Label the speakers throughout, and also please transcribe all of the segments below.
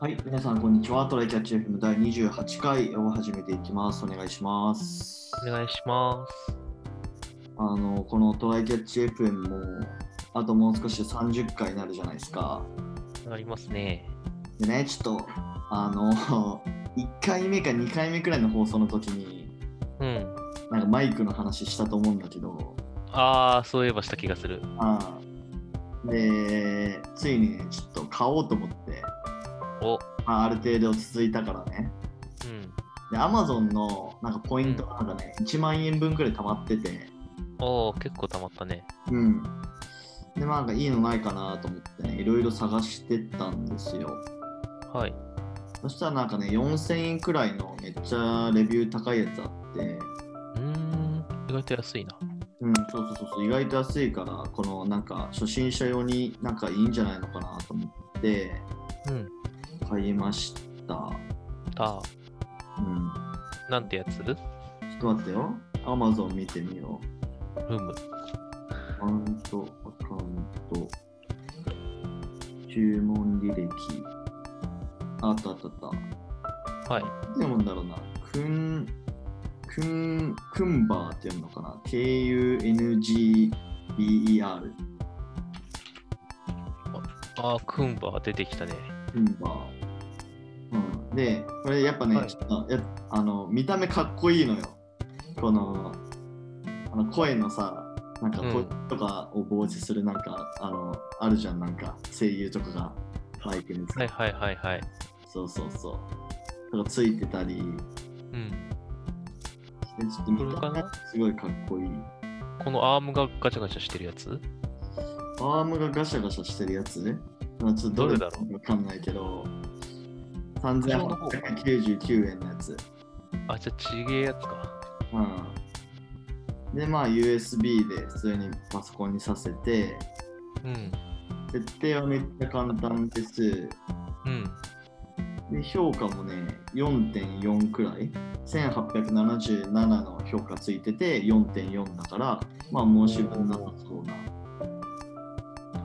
Speaker 1: はい、皆さん、こんにちは。トライキャッチ FM 第28回を始めていきます。お願いします。
Speaker 2: お願いします。
Speaker 1: あの、このトライキャッチ FM も、あともう少しで30回になるじゃないですか。
Speaker 2: ありますね。
Speaker 1: でね、ちょっと、あの、1回 目か2回目くらいの放送の時に、
Speaker 2: うん。
Speaker 1: なんかマイクの話したと思うんだけど、
Speaker 2: ああ、そういえばした気がする。
Speaker 1: ああで、ついにね、ちょっと買おうと思って、
Speaker 2: お、
Speaker 1: まあ、ある程度続いたからね。
Speaker 2: うん。
Speaker 1: で、Amazon のなんかポイントがなんかね、1万円分くらい溜まってて、
Speaker 2: おー結構溜まったね。
Speaker 1: うん。で、まあ、なんかいいのないかなと思ってね、いろいろ探してったんですよ。
Speaker 2: はい。
Speaker 1: そしたらなんかね、4000円くらいのめっちゃレビュー高いやつあって、
Speaker 2: うーん、意外と安いな。
Speaker 1: うん、そうそうそうそう、意外と安いから、このなんか初心者用になんかいいんじゃないのかなと思って、
Speaker 2: うん。
Speaker 1: 買いました。
Speaker 2: あ
Speaker 1: うん。
Speaker 2: ーなんてやつル
Speaker 1: ちょっと待ってよ。Amazon 見てみよう。
Speaker 2: ーム。
Speaker 1: アカウント、アカウント、注文履歴。ああったあったあった。
Speaker 2: はい。
Speaker 1: なんて読むんだろうな。クン、クン、クンバーって読むのかな ?K-U-N-G-B-E-R。
Speaker 2: あークンバー出てきたね。
Speaker 1: クンバー。うん。で、これやっぱね、
Speaker 2: はい
Speaker 1: ちょっとやあの、見た目かっこいいのよ。この、あの声のさ、なんか
Speaker 2: うん
Speaker 1: 声とかを防止するなんか、あの、あるじゃん、なんか声優とかがマイクにつ、
Speaker 2: はいはいはいはい。
Speaker 1: そうそうそう。とかついてたり、
Speaker 2: うん。
Speaker 1: してちょっと見
Speaker 2: これ
Speaker 1: た
Speaker 2: か
Speaker 1: 目
Speaker 2: な
Speaker 1: すごいかっこいい。
Speaker 2: このアームがガチャガチャしてるやつ
Speaker 1: アームがガシャガシャしてるやつまあちょっとどれだろうわかんないけど、3899円のやつ。
Speaker 2: あ、じゃあちげえやつか。
Speaker 1: うん、で、まあ USB で普通にパソコンにさせて、
Speaker 2: うん。
Speaker 1: 設定はめっちゃ簡単です。
Speaker 2: うん。
Speaker 1: で、評価もね、4.4くらい。1877の評価ついてて4.4だから、まあ申し分なさそうな。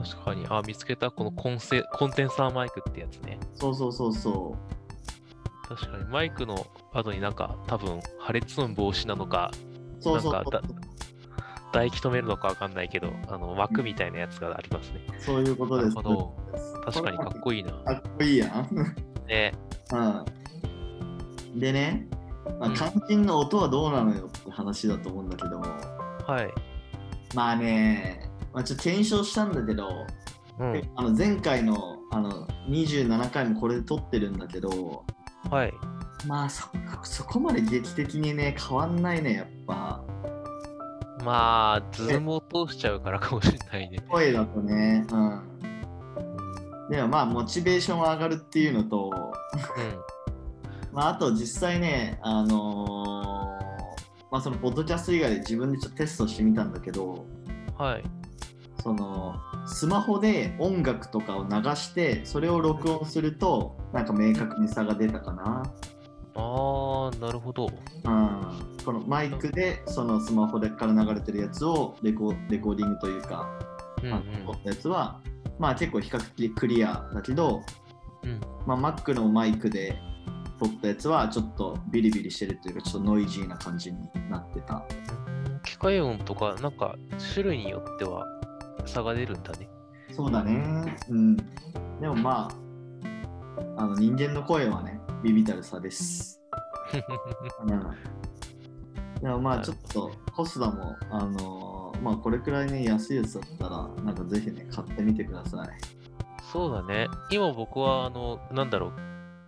Speaker 2: 確かに。あー、見つけた。このコンセコンデンサーマイクってやつね。
Speaker 1: そうそうそうそう。
Speaker 2: 確かに。マイクのパドになんか多分破裂音防止なのか、
Speaker 1: そうそう
Speaker 2: なん
Speaker 1: そ
Speaker 2: か
Speaker 1: う
Speaker 2: だ唾液止めるのかわかんないけど、あの枠みたいなやつがありますね。
Speaker 1: そういうこと
Speaker 2: な
Speaker 1: で
Speaker 2: る
Speaker 1: す。
Speaker 2: ほど。
Speaker 1: そ
Speaker 2: 確
Speaker 1: う
Speaker 2: か
Speaker 1: です
Speaker 2: にかっこいいな。
Speaker 1: かっこいいやん。
Speaker 2: ね、
Speaker 1: うんでね、まあ、
Speaker 2: うん
Speaker 1: 肝心の音はどうなのよって話だと思うんだけど、
Speaker 2: はい。
Speaker 1: まあね、まあ、ちょっと検証したんだけど、
Speaker 2: うん。
Speaker 1: あの前回のあの27回もこれで撮ってるんだけど、
Speaker 2: はい。
Speaker 1: まあそそこまで劇的にね、変わんないね、やっぱ。
Speaker 2: まあ、ズームを通しちゃうからかもしれないね。
Speaker 1: 声だとね、うん。
Speaker 2: うん。
Speaker 1: でもまあ、モチベーションは上がるっていうのと、
Speaker 2: うん
Speaker 1: まあ、あと実際ね、あのーまあ、そのポッドキャスト以外で自分でちょっとテストしてみたんだけど、
Speaker 2: はい。
Speaker 1: そのスマホで音楽とかを流してそれを録音するとなんか明確に差が出たかな、
Speaker 2: ああ、なるほど。
Speaker 1: うん、このマイクでそのスマホでから流れてるやつをレコレコーディングというか、
Speaker 2: うん、う
Speaker 1: まあ
Speaker 2: ん
Speaker 1: 撮。ったやつはまあ結構比較的クリアだけど、
Speaker 2: うん
Speaker 1: まあ、Mac のマイクで撮ったやつはちょっとビリビリしてるというかちょっとノイジーな感じになってた
Speaker 2: 機械音とか、なんか、種類によっては差が出るんだね。
Speaker 1: そうだねうんでもまああの人間の声はねビビたる差ですうん、でもまあ
Speaker 2: な
Speaker 1: ちょ
Speaker 2: る
Speaker 1: っ
Speaker 2: ほど
Speaker 1: と
Speaker 2: ね
Speaker 1: コスダも、あのーまあこれくらいね安いやつだったらなんかぜひね買ってみてください
Speaker 2: そうだね。今僕は、あの、なんだろう。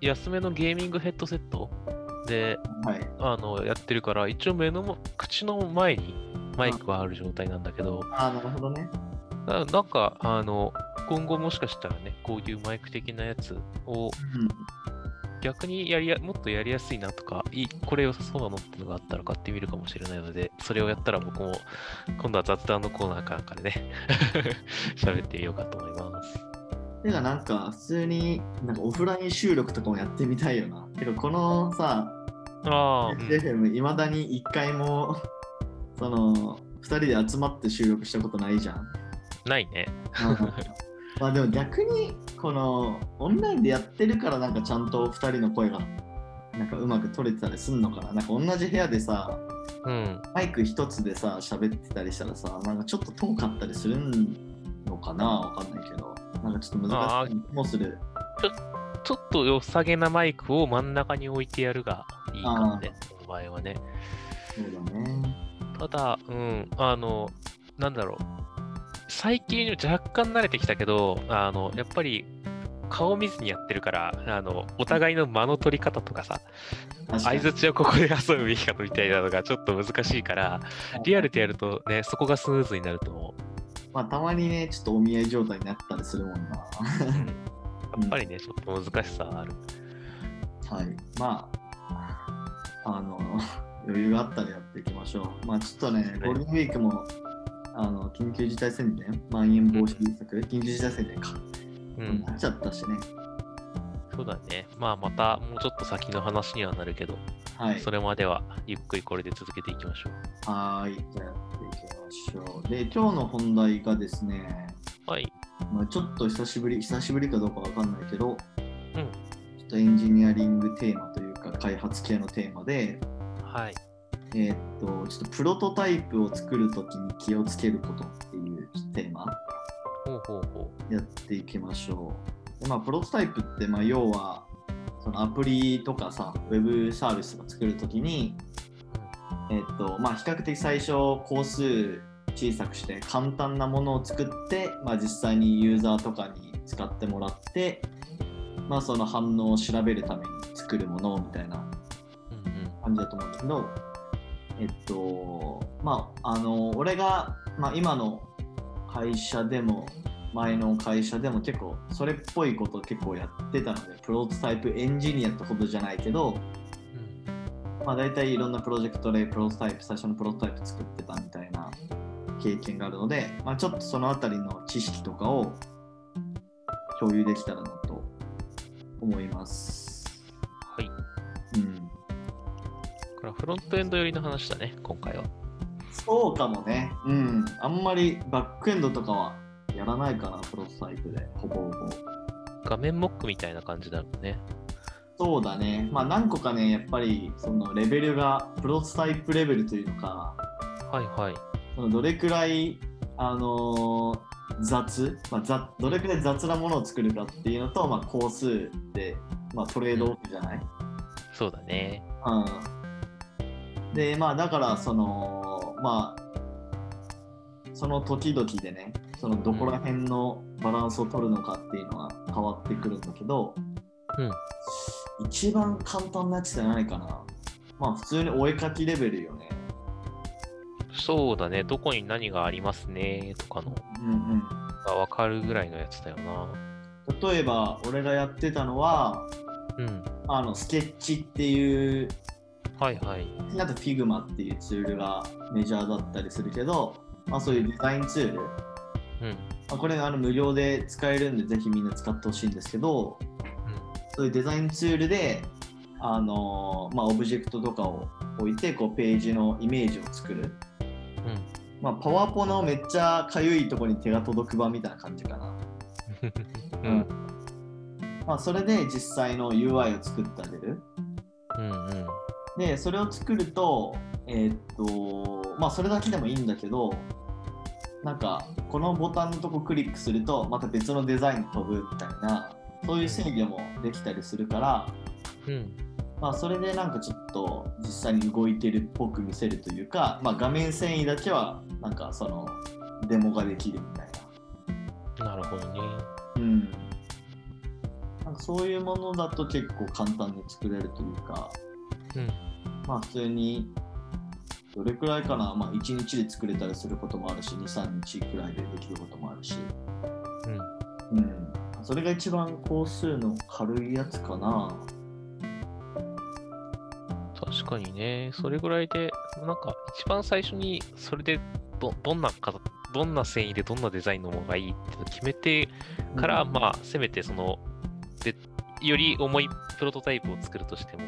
Speaker 2: 安めのゲーミングヘッドセットで、
Speaker 1: はい
Speaker 2: あの、やってるから、一応目のも、口の前にマイクがある状態なんだけど、
Speaker 1: ああなるほどね
Speaker 2: ななんか、あの、今後もしかしたらね、こういうマイク的なやつを逆にやりや、もっとやりやすいなとか、いいこれ良さそうなのってのがあったら買ってみるかもしれないので、それをやったら僕も、今度は雑談のコーナーかなんかでね、 喋ってみようかと思います。
Speaker 1: うんてかなんか普通になんかオフライン収録とかもやってみたいよなてかこのさ
Speaker 2: ああ、うん
Speaker 1: FM いまだに1回もその2人で集まって収録したことないじゃん、
Speaker 2: ないね。
Speaker 1: まあでも逆にこのオンラインでやってるからなんかちゃんと2人の声がなんかうまく取れてたりすんのかななんか同じ部屋でさ
Speaker 2: うん。
Speaker 1: マイク一つでさ喋ってたりしたらさなんかちょっと遠かったりするのかなわかんないけどなんかちょっと難しい気もする
Speaker 2: ちょっと良さげなマイクを真ん中に置いてやるがいいかもね、その場合はね。
Speaker 1: そうだね
Speaker 2: ただ、うん、あの、なんだろう。最近若干慣れてきたけど、あの、やっぱり顔見ずにやってるから、あの、お互いの間の取り方とかさ、
Speaker 1: 確かに
Speaker 2: 相槌をここで遊ぶべきかみたいなのがちょ っと難しいから、リアルでやるとね、そこがスムーズになると思う。
Speaker 1: まあたまにねちょっとお見合い状態になったりするもんな
Speaker 2: やっぱりね、ちょっと難しさはある。
Speaker 1: はい、まあ、あの、 余裕があったらやっていきましょう。まあ、ちょっとね、ゴールデンウィークも、あの、緊急事態宣言、まん延防止対策、緊急事態宣言か、
Speaker 2: うん、
Speaker 1: なっちゃったしね。
Speaker 2: そうだね。まあ、またもうちょっと先の話にはなるけど、
Speaker 1: はい。
Speaker 2: それまではゆっくりこれで続けていきましょう。
Speaker 1: はーい。じゃあやっていきましょう。で、今日の本題がですね、
Speaker 2: はい。
Speaker 1: まあ、ちょっと久しぶり、久しぶりかどうかわかんないけど、
Speaker 2: うん
Speaker 1: ちょっとエンジニアリングテーマというか、開発系のテーマで、
Speaker 2: はい。
Speaker 1: えーっと、ちょっとプロトタイプを作るときに気をつけることっていうテーマ
Speaker 2: ほうほうほ
Speaker 1: やっていきましょう。でまあ、プロトタイプって、まあ、要はそのアプリとかさ、ウェブサービスとか作るときに、えっとまあ、比較的最初、工数小さくして簡単なものを作って、まあ、実際にユーザーとかに使ってもらって、まあ、その反応を調べるために作るものみたいな
Speaker 2: う。うんうん。
Speaker 1: 感じだと思うんだけど、えっと、まあ、あの、俺が、まあ、今の会社でも、前の会社でも結構、それっぽいことを結構やってたので、プロトタイプエンジニアってほどじゃないけど、
Speaker 2: うん
Speaker 1: まあ、大体いろんなプロジェクトでプロトタイプ、最初のプロトタイプ作ってたみたいな経験があるので、まあ、ちょっとそのあたりの知識とかを共有できたらなと思います。
Speaker 2: はい。
Speaker 1: うん。
Speaker 2: これはフロントエンド寄りの話だね、今回は。
Speaker 1: そうかもね。うん。あんまりバックエンドとかはやらないかな、プロトタイプで、ほぼほぼ。
Speaker 2: 画面モックみたいな感じだもんね。
Speaker 1: そうだね。まあ何個かね、やっぱりそのレベルが、プロトタイプレベルというのか、
Speaker 2: はいはい。
Speaker 1: そのどれくらい、あのー雑、まあ雑、どれくらい雑なものを作るかっていうのと、まあ工数で、まあトレードオフじゃない
Speaker 2: そうだね。
Speaker 1: うん、でまあだからそのまあその時々でねそのどこら辺のバランスを取るのかっていうのは変わってくるんだけど、一番簡単なやつじゃないかなまあ普通にお絵描きレベルよね
Speaker 2: そうだね。どこに何がありますねとかの
Speaker 1: うん
Speaker 2: が分かるぐらいのやつだよな。
Speaker 1: うん例えば俺がやってたのは
Speaker 2: うん。
Speaker 1: あのスケッチっていう
Speaker 2: はいはい。
Speaker 1: あと Figma っていうツールがメジャーだったりするけど、まあ、そういうデザインツール
Speaker 2: うん。
Speaker 1: まあ、これあの無料で使えるんでぜひみんな使ってほしいんですけどそういうデザインツールであのーまあ、オブジェクトとかを置いてこうページのイメージを作る、
Speaker 2: うん。うん。
Speaker 1: まあ、パワポのめっちゃかゆいところに手が届く場みたいな感じかな、
Speaker 2: う
Speaker 1: うん
Speaker 2: ん。
Speaker 1: まあ、それで実際の UI を作ってあげる
Speaker 2: うんうん。
Speaker 1: でそれを作るとえーっとまあそれだけでもいいんだけどなんかこのボタンのとこクリックするとまた別のデザインに飛ぶみたいなそういう制御もできたりするから、
Speaker 2: うん。
Speaker 1: まあ、それでなんかちょっと実際に動いてるっぽく見せるというか、まあ、画面遷移だけはなんかそのデモができるみたいな
Speaker 2: なるほどね。
Speaker 1: うん、なんかそういうものだと結構簡単に作れるというか、
Speaker 2: うん
Speaker 1: まあ普通にどれくらいかな、まあ、1日で作れたりすることもあるし23日くらいでできることもあるし、
Speaker 2: うん。
Speaker 1: うん、それが一番工数の軽いやつかな
Speaker 2: 確かにね、それぐらいで、なんか一番最初にそれでどどんなかどんな繊維でどんなデザインのものがいいっていうのを決めてから、
Speaker 1: うん
Speaker 2: まあせめてそのでより重いプロトタイプを作るとしても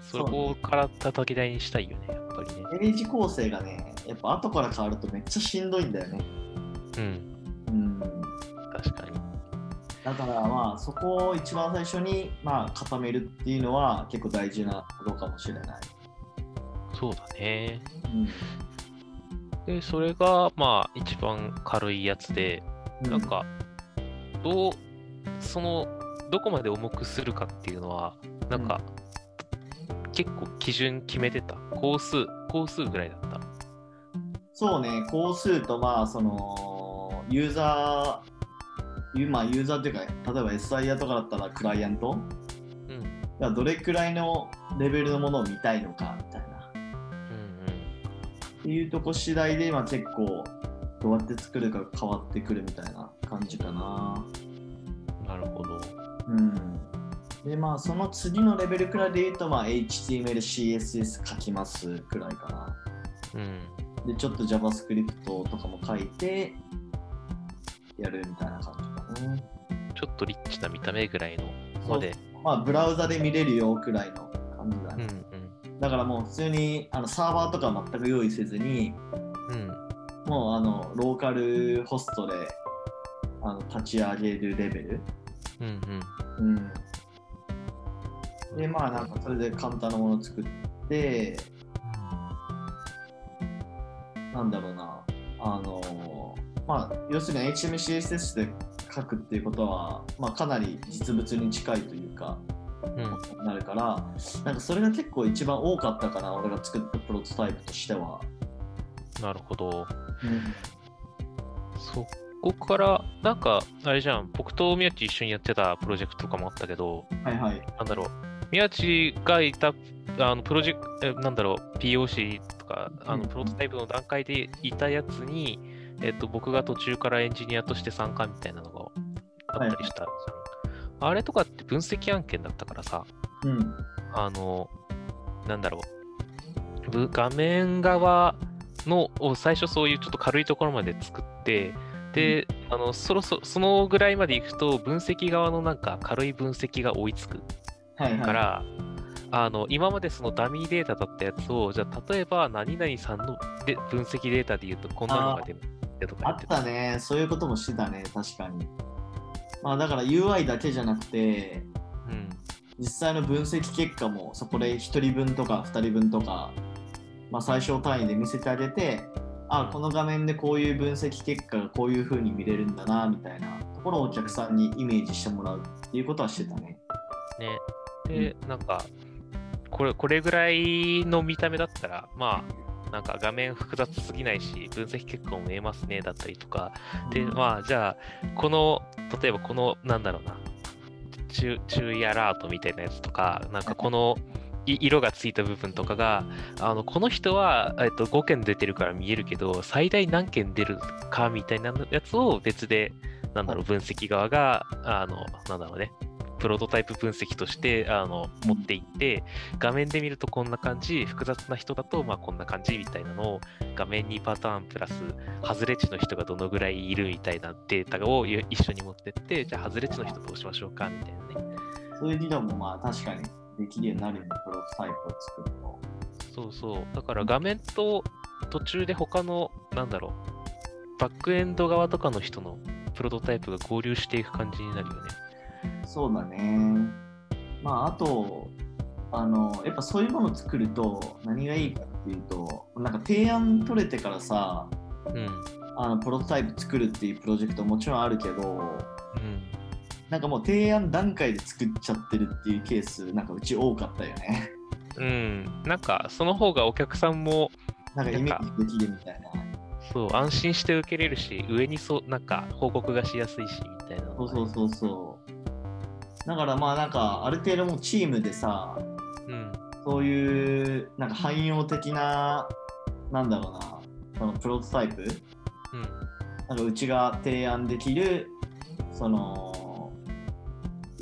Speaker 2: そこから叩き台にしたいよねやっぱりね。
Speaker 1: ページ構成がねやっぱ後から変わるとめっちゃしんどいんだよね、
Speaker 2: うん
Speaker 1: うん、
Speaker 2: 確かに。
Speaker 1: だからまあそこを一番最初にまあ固めるっていうのは結構大事なことかもしれない。
Speaker 2: そうだね。
Speaker 1: うん
Speaker 2: で、それが、まあ、一番軽いやつで、なん、か、どう、その、どこまで重くするかっていうのは、なんか、結構基準決めてた。工数、工数ぐらいだった。
Speaker 1: そうね、工数とまあそのユーザー、ゆまあ、ユーザーっていうか、例えば SI やとかだったらクライアント
Speaker 2: うん。
Speaker 1: がどれくらいのレベルのものを見たいのかみたいな。
Speaker 2: うん
Speaker 1: っていうとこ次第で、まあ、結構どうやって作るか変わってくるみたいな感じかな。
Speaker 2: うん。なるほど。
Speaker 1: うん。でまあその次のレベルくらいで言うと、まあ、HTML、CSS 書きますくらいかな。
Speaker 2: うん。
Speaker 1: で、ちょっと JavaScript とかも書いて、やるみたいな感じかな。
Speaker 2: ちょっとリッチな見た目ぐらいの
Speaker 1: そ
Speaker 2: ま
Speaker 1: う
Speaker 2: で。
Speaker 1: まあ、ブラウザで見れるよくらいの感じだ
Speaker 2: う
Speaker 1: ね。
Speaker 2: ん
Speaker 1: だからもう普通にあのサーバーとか全く用意せずに、
Speaker 2: うん。うん。
Speaker 1: もうあのローカルホストであの立ち上げるレベル。
Speaker 2: うん
Speaker 1: うん、
Speaker 2: うん。
Speaker 1: で、まあなんかそれで簡単なものを作って、なんだろうな、あのまあ、要するに HMCSS で書くっていうことは、まあ、かなり実物に近いというか、
Speaker 2: うん。うん。
Speaker 1: なるからなんかそれが結構一番多かったかな俺が作ったプロトタイプとしては、
Speaker 2: なるほど。そこから、なんか、あれじゃん、僕と宮地一緒にやってたプロジェクトとかもあったけど、
Speaker 1: はいはい
Speaker 2: なんだろう、宮地がいた、あの、プロジェクト、なんだろう、POC とか、あ
Speaker 1: う
Speaker 2: の、
Speaker 1: ん
Speaker 2: プロトタイプの段階でいたやつに、えっと、僕が途中からエンジニアとして参加みたいなのがあったりしたじゃん。あれとかって分析案件だったからさ、
Speaker 1: うん
Speaker 2: あの、なんだろう、ぶ画面側のを最初そういうちょっと軽いところまで作って、で、あのそろそろそのぐらいまで行くと、分析側のなんか軽い分析が追いつく
Speaker 1: はいはい
Speaker 2: から、あの今までそのダミーデータだったやつを、じゃあ例えば何々さんので分析データで言うと、こんなのが出るとか
Speaker 1: あ
Speaker 2: 言っ
Speaker 1: ってたねそういうこともしてたね確かにまあだから UI だけじゃなくて
Speaker 2: うん
Speaker 1: 実際の分析結果もそこで1人分とか2人分とか、まあ、最小単位で見せてあげてあこの画面でこういう分析結果がこういう風に見れるんだなみたいなところをお客さんにイメージしてもらうっていうことはしてたね
Speaker 2: ね。で、なんか、これ、これぐらいの見た目だったら、まあ、なんか画面複雑すぎないし、分析結果も見えますね、だったりとか。で、まあ、じゃあ、この、例えばこの、なんだろうな、注注意アラートみたいなやつとか、なんかこの、い色がついた部分とかがあのこの人は、えっと、5件出てるから見えるけど最大何件出るかみたいなやつを別でなんだろう分析側があのなんだろうねプロトタイプ分析としてあの持っていって画面で見るとこんな感じ複雑な人だとまあこんな感じみたいなのを画面にパターンプラス外れ値の人がどのぐらいいるみたいなデータをい一緒に持ってってじゃあ外れ値の人どうしましょうかみたいなね
Speaker 1: そういう理論もまあ確かにできるようになるよねプロトタイプを作ると。
Speaker 2: そうそうだから画面と途中で他のなんだろうバックエンド側とかの人のプロトタイプが合流していく感じになるよね
Speaker 1: そうだね。まああとあのやっぱそういうものを作ると何がいいかっていうとなんか提案取れてからさ
Speaker 2: うん
Speaker 1: あのプロトタイプ作るっていうプロジェクトもちろんあるけど
Speaker 2: うん
Speaker 1: なんかもう提案段階で作っちゃってるっていうケースなんかうち多かったよね。
Speaker 2: うん、なんかその方がお客さんも
Speaker 1: なんかイメージできるみたいな。
Speaker 2: そう安心して受けれるし上にそうなんか報告がしやすいしみたいなの
Speaker 1: そう
Speaker 2: がね
Speaker 1: そうそうそう。だからまあなんかある程度もうチームでさ
Speaker 2: うん
Speaker 1: そういうなんか汎用的ななんだろうなそのプロトタイプ
Speaker 2: うん
Speaker 1: なんかうちが提案できるその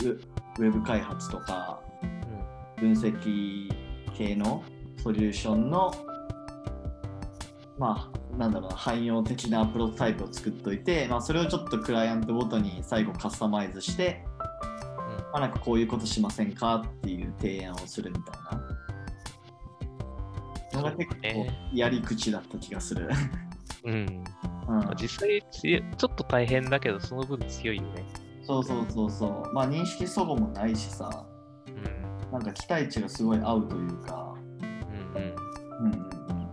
Speaker 1: ウウェブ開発とか分析系のソリューションのまあなんだろうな汎用的なプロトタイプを作っといて、まあ、それをちょっとクライアントごとに最後カスタマイズして、まあ、なんかこういうことしませんかっていう提案をするみたいな。のが結
Speaker 2: そうだ
Speaker 1: 構
Speaker 2: ね
Speaker 1: やり口だった気がする。
Speaker 2: うん、うん
Speaker 1: うん
Speaker 2: まあ、実際つちょっと大変だけどその分強いよね
Speaker 1: そうそうそうそう。まあ認識齟齬もないしさ、
Speaker 2: うん
Speaker 1: なんか期待値がすごい合うというか、
Speaker 2: うん
Speaker 1: う
Speaker 2: うん
Speaker 1: んうんうん。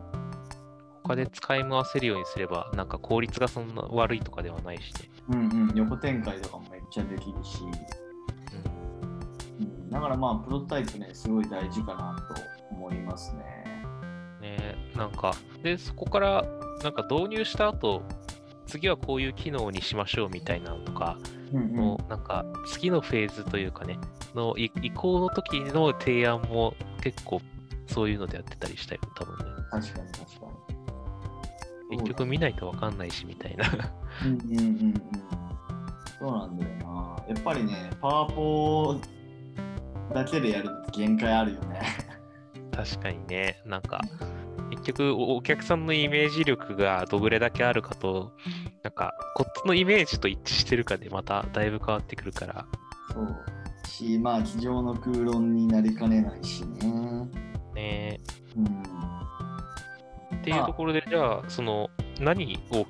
Speaker 2: 他で使い回せるようにすればなんか効率がそんな悪いとかではないしね、
Speaker 1: うんうん、横展開とかもめっちゃできるし、うん、だからまあプロトタイプねすごい大事かなと思いますね。
Speaker 2: うん、ねなんかでそこからなんか導入した後次はこういう機能にしましょうみたいなのとか、
Speaker 1: うんうん
Speaker 2: もうなんか次のフェーズというかねのい移行の時の提案も結構そういうのでやってたりしたよ多分ね
Speaker 1: 確かに確かに。
Speaker 2: 結局見ないと分かんないしみたいな
Speaker 1: うんうんうんうん。そうなんだよな。やっぱりね、パワポだけでやるのって限界あるよね。
Speaker 2: 確かにねなんか結局おお客さんのイメージ力がどれだけあるかとなんかこっちのイメージと一致してるかでまただいぶ変わってくるから
Speaker 1: そう。し、まあ、机上の空論になりかねないしね。
Speaker 2: ね
Speaker 1: うん。
Speaker 2: っていうところでじゃあその何を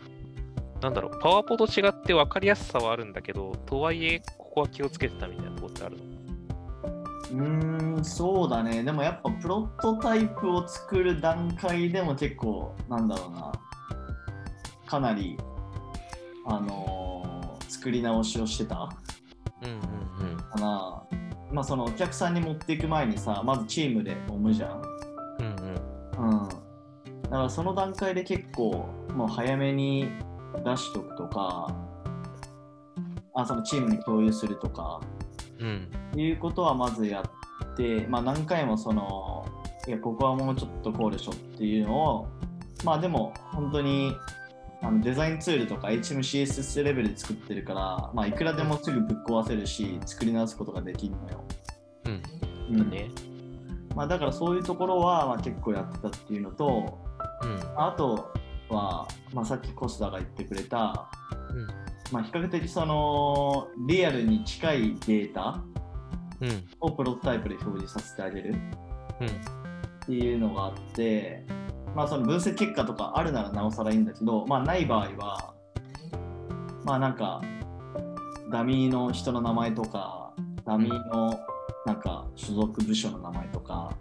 Speaker 2: なんだろうパワポと違って分かりやすさはあるんだけどとはいえここは気をつけてたみたいなところってあるの
Speaker 1: うーん、そうだね。でもやっぱプロトタイプを作る段階でも結構、なんだろうな。かなり、あのー作り直しをしてた。
Speaker 2: うんうん
Speaker 1: かなまあそのお客さんに持っていく前にさまずチームで揉むじゃん、
Speaker 2: うんうんうん
Speaker 1: うん、だからその段階で結構もう早めに出しとくとかあそのチームに共有するとか
Speaker 2: うん
Speaker 1: いうことはまずやって、まあ、何回もそのいやここはもうちょっとこうでしょっていうのをまあでも本当にあのデザインツールとか HMCSS レベルで作ってるから、まあ、いくらでもすぐぶっ壊せるし作り直すことができるのよ。
Speaker 2: うん
Speaker 1: う
Speaker 2: だ
Speaker 1: ん
Speaker 2: ね
Speaker 1: まあ、だからそういうところはまあ結構やってたっていうのと
Speaker 2: うん
Speaker 1: あとは、まあ、さっきコスタが言ってくれた、
Speaker 2: うん
Speaker 1: まあ、比較的そのリアルに近いデータ
Speaker 2: うん
Speaker 1: をプロトタイプで表示させてあげる
Speaker 2: うん
Speaker 1: っていうのがあって、まあ、その分析結果とかあるならなおさらいいんだけど、まあ、ない場合はまあなんかダミーの人の名前とかダミーのなんか所属部署の名前とか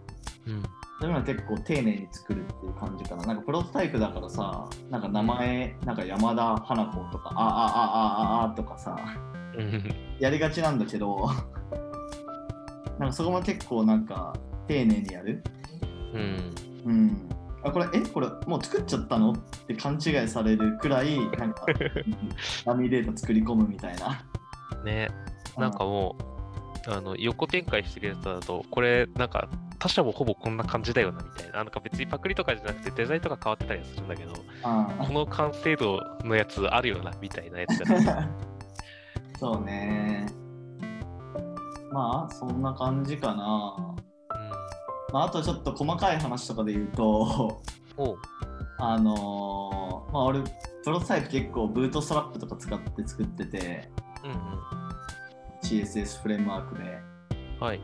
Speaker 2: うん
Speaker 1: そういうのは結構丁寧に作るっていう感じかな。なんかプロトタイプだからさ、なんか名前、なんか山田花子とか、あああああああとかさ、
Speaker 2: うん
Speaker 1: やりがちなんだけど、 なんかそこも結構なんか丁寧にやる。
Speaker 2: うん
Speaker 1: うん。あ、これ、え、これもう作っちゃったのって勘違いされるくらい、なん かダミーデータ作り込むみたいな。
Speaker 2: ねなんかもう、あの横展開してるやつだと、これ、なんか他社もほぼこんな感じだよなみたいな、なんか別にパクリとかじゃなくてデザインとか変わってたりするんだけど、
Speaker 1: あ
Speaker 2: この完成度のやつあるよなみたいなやつだね
Speaker 1: そうね。まあ、そんな感じかな。まあ、あとちょっと細かい話とかで言うと
Speaker 2: うん。おう
Speaker 1: あのーまあ俺プロトタイプ結構ブートストラップとか使って作ってて
Speaker 2: うんう
Speaker 1: CSS フレームワークで
Speaker 2: ん。はい。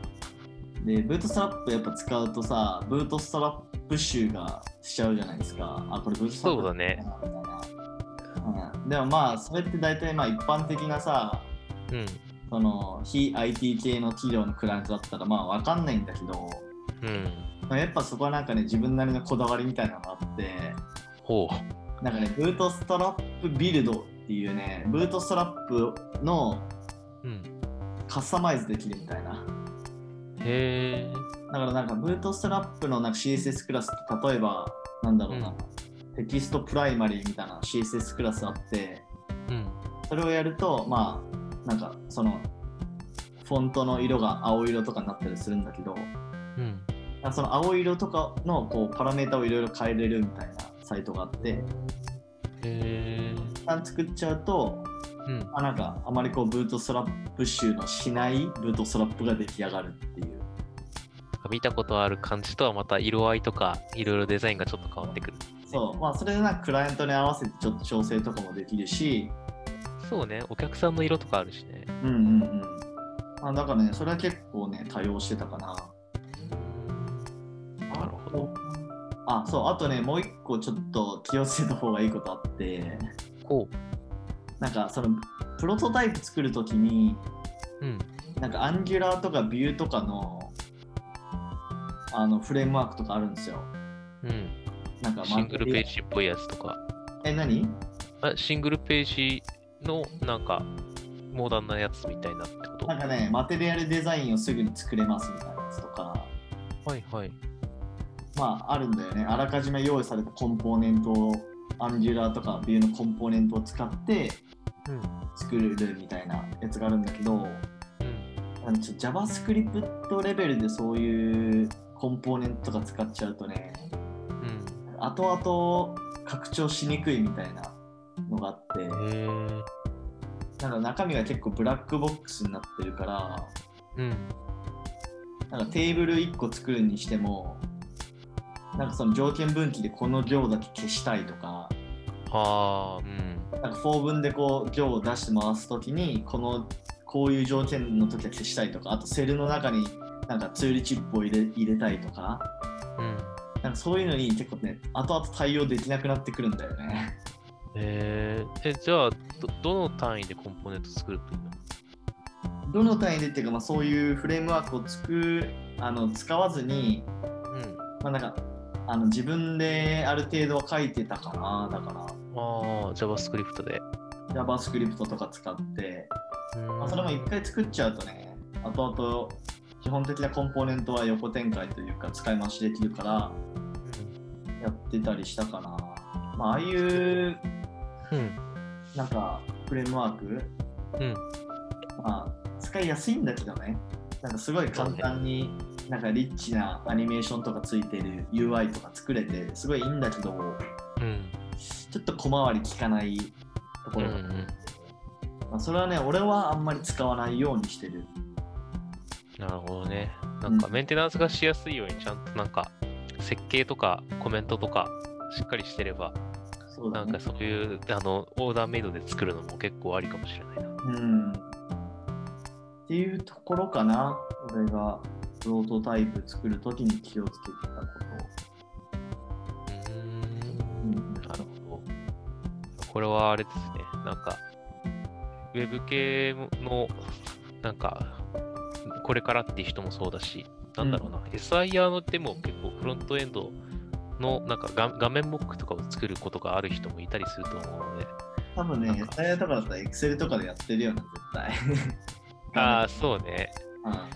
Speaker 1: でブートストラップやっぱ使うとさブートストラップ集がしちゃうじゃないですかあこれブートストラップ
Speaker 2: そうだね
Speaker 1: みたいな、うん、でもまあそれって大体まあ一般的なさ
Speaker 2: うん。
Speaker 1: その非 IT 系の企業のクライアントだったらまあ分かんないんだけど、
Speaker 2: うん。
Speaker 1: まあ、やっぱそこはなんかね自分なりのこだわりみたいなのがあって
Speaker 2: ほ
Speaker 1: なんかね、ブートストラップビルドっていうね、ブートストラップの
Speaker 2: う。うん。
Speaker 1: カスタマイズできるみたいな。
Speaker 2: へえ。
Speaker 1: だからなんか、ブートストラップのなんか CSS クラスって、例えば、なんだろうな、テキストプライマリーみたいな CSS クラスあって、
Speaker 2: うん。
Speaker 1: それをやると、まあ、なんか、その、フォントの色が青色とかになったりするんだけど、
Speaker 2: うん。
Speaker 1: その青色とかのこうパラメータをいろいろ変えれるみたいなサイトがあって、
Speaker 2: へえ。
Speaker 1: 一旦作っちゃうと、
Speaker 2: うん。
Speaker 1: あなんかあまりこうブートストラップ集のしないブートストラップが出来上がるっていう
Speaker 2: 見たことある感じとはまた色合いとかいろいろデザインがちょっと変わってくる。
Speaker 1: そうまあそれでなんかクライアントに合わせてちょっと調整とかもできるし
Speaker 2: そうね。お客さんの色とかあるしね。
Speaker 1: うんうんうんあだからねそれは結構ね多用してたかな
Speaker 2: なるほど。
Speaker 1: あそうあとねもう一個ちょっと気をつけた方がいいことあって
Speaker 2: こ
Speaker 1: なんかそのプロトタイプ作るときに、
Speaker 2: うん。
Speaker 1: なんか Angular とか Vue とかのあのフレームワークとかあるんですよ。
Speaker 2: うん。
Speaker 1: なんか
Speaker 2: シングルペ
Speaker 1: ジ。
Speaker 2: ージっぽいやつとか。
Speaker 1: え、何
Speaker 2: あシングルページのなんかモダンなやつみたいなってこと
Speaker 1: なんかね、マテリアルデザインをすぐに作れますみたいなやつとか、
Speaker 2: はいはい。
Speaker 1: まああるんだよね。あらかじめ用意されたコンポーネントを Angular とか Vue のコンポーネントを使って
Speaker 2: うん
Speaker 1: 作るみたいなやつがあるんだけど、
Speaker 2: うん。
Speaker 1: あのちょ JavaScript レベルでそういうコンポーネントとか使っちゃうとね、後々拡張しにくいみたいなのがあって、
Speaker 2: うん。へえ。
Speaker 1: なんか中身が結構ブラックボックスになってるから、
Speaker 2: うん。
Speaker 1: なんかテーブル1個作るにしても、なんかその条件分岐でこの行だけ消したいとか、
Speaker 2: ああ、うん。
Speaker 1: なんか4分でこう行を出して回すときに、このこういう条件の時は消したいとか、あとセルの中になんかツールチップを入れ入れたいとか、
Speaker 2: うん。
Speaker 1: なんかそういうのに結構ね、後々対応できなくなってくるんだよね。
Speaker 2: へえ。え、じゃあ、どどの単位でコンポーネント作るっていうの
Speaker 1: どの単位でっていうか、まあ、そういうフレームワークをつくあの使わずに、
Speaker 2: うん。
Speaker 1: まあ、なんかあの自分である程度は書いてたかなだか
Speaker 2: ああ、JavaScript で。
Speaker 1: ら JavaScript とか使って、
Speaker 2: うん
Speaker 1: まあ、それも一回作っちゃうとね後々基本的なコンポーネントは横展開というか使い回しできるからやってたりしたかな、まあ、ああいう
Speaker 2: うん。
Speaker 1: なんかフレームワーク、
Speaker 2: うん。
Speaker 1: まあ、使いやすいんだけどねなんかすごい簡単になんかリッチなアニメーションとかついてる UI とか作れてすごいいいんだけど
Speaker 2: うん。
Speaker 1: ちょっと小回り効かないとこ
Speaker 2: うん。う
Speaker 1: ろ
Speaker 2: ん
Speaker 1: が、まあ、それはね俺はあんまり使わないようにしてる
Speaker 2: なるほどね。なんか
Speaker 1: うん
Speaker 2: メンテナンスがしやすいように、ちゃんとなんか設計とかコメントとかしっかりしてれば、
Speaker 1: そう
Speaker 2: な
Speaker 1: だ、
Speaker 2: ん
Speaker 1: ね
Speaker 2: か、そういうあのオーダーメイドで作るのも結構ありかもしれないな。
Speaker 1: うんっていうところかな俺がプロトタイプ作るときに気をつけてたこと
Speaker 2: うん
Speaker 1: うん
Speaker 2: なるほど。これはあれですね、なんか、ウェブ系の、なんか、これからっていう人もそうだし、なんだろうな、SIR のでも結構フロントエンドのなんか画画面モックとかを作ることがある人もいたりすると思うので、
Speaker 1: 多分
Speaker 2: なん
Speaker 1: ね
Speaker 2: か
Speaker 1: タイヤとかだったら Excel とかでやってるよね絶対
Speaker 2: あ あ、そうね、
Speaker 1: あ、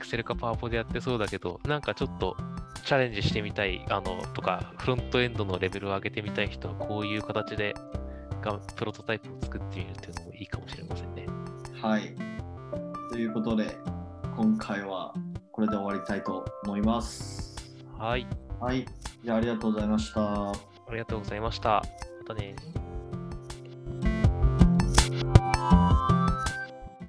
Speaker 2: Excel か PowerPoint でやってそうだけど、なんかちょっとチャレンジしてみたい、あの、とか、フロントエンドのレベルを上げてみたい人は、こういう形でがプロトタイプを作ってみるっていうのもいいかもしれませんね。
Speaker 1: うんはいということで今回はこれで終わりたいと思います
Speaker 2: はい、
Speaker 1: はいじゃあありがとうございました
Speaker 2: ありがとうございました。またね。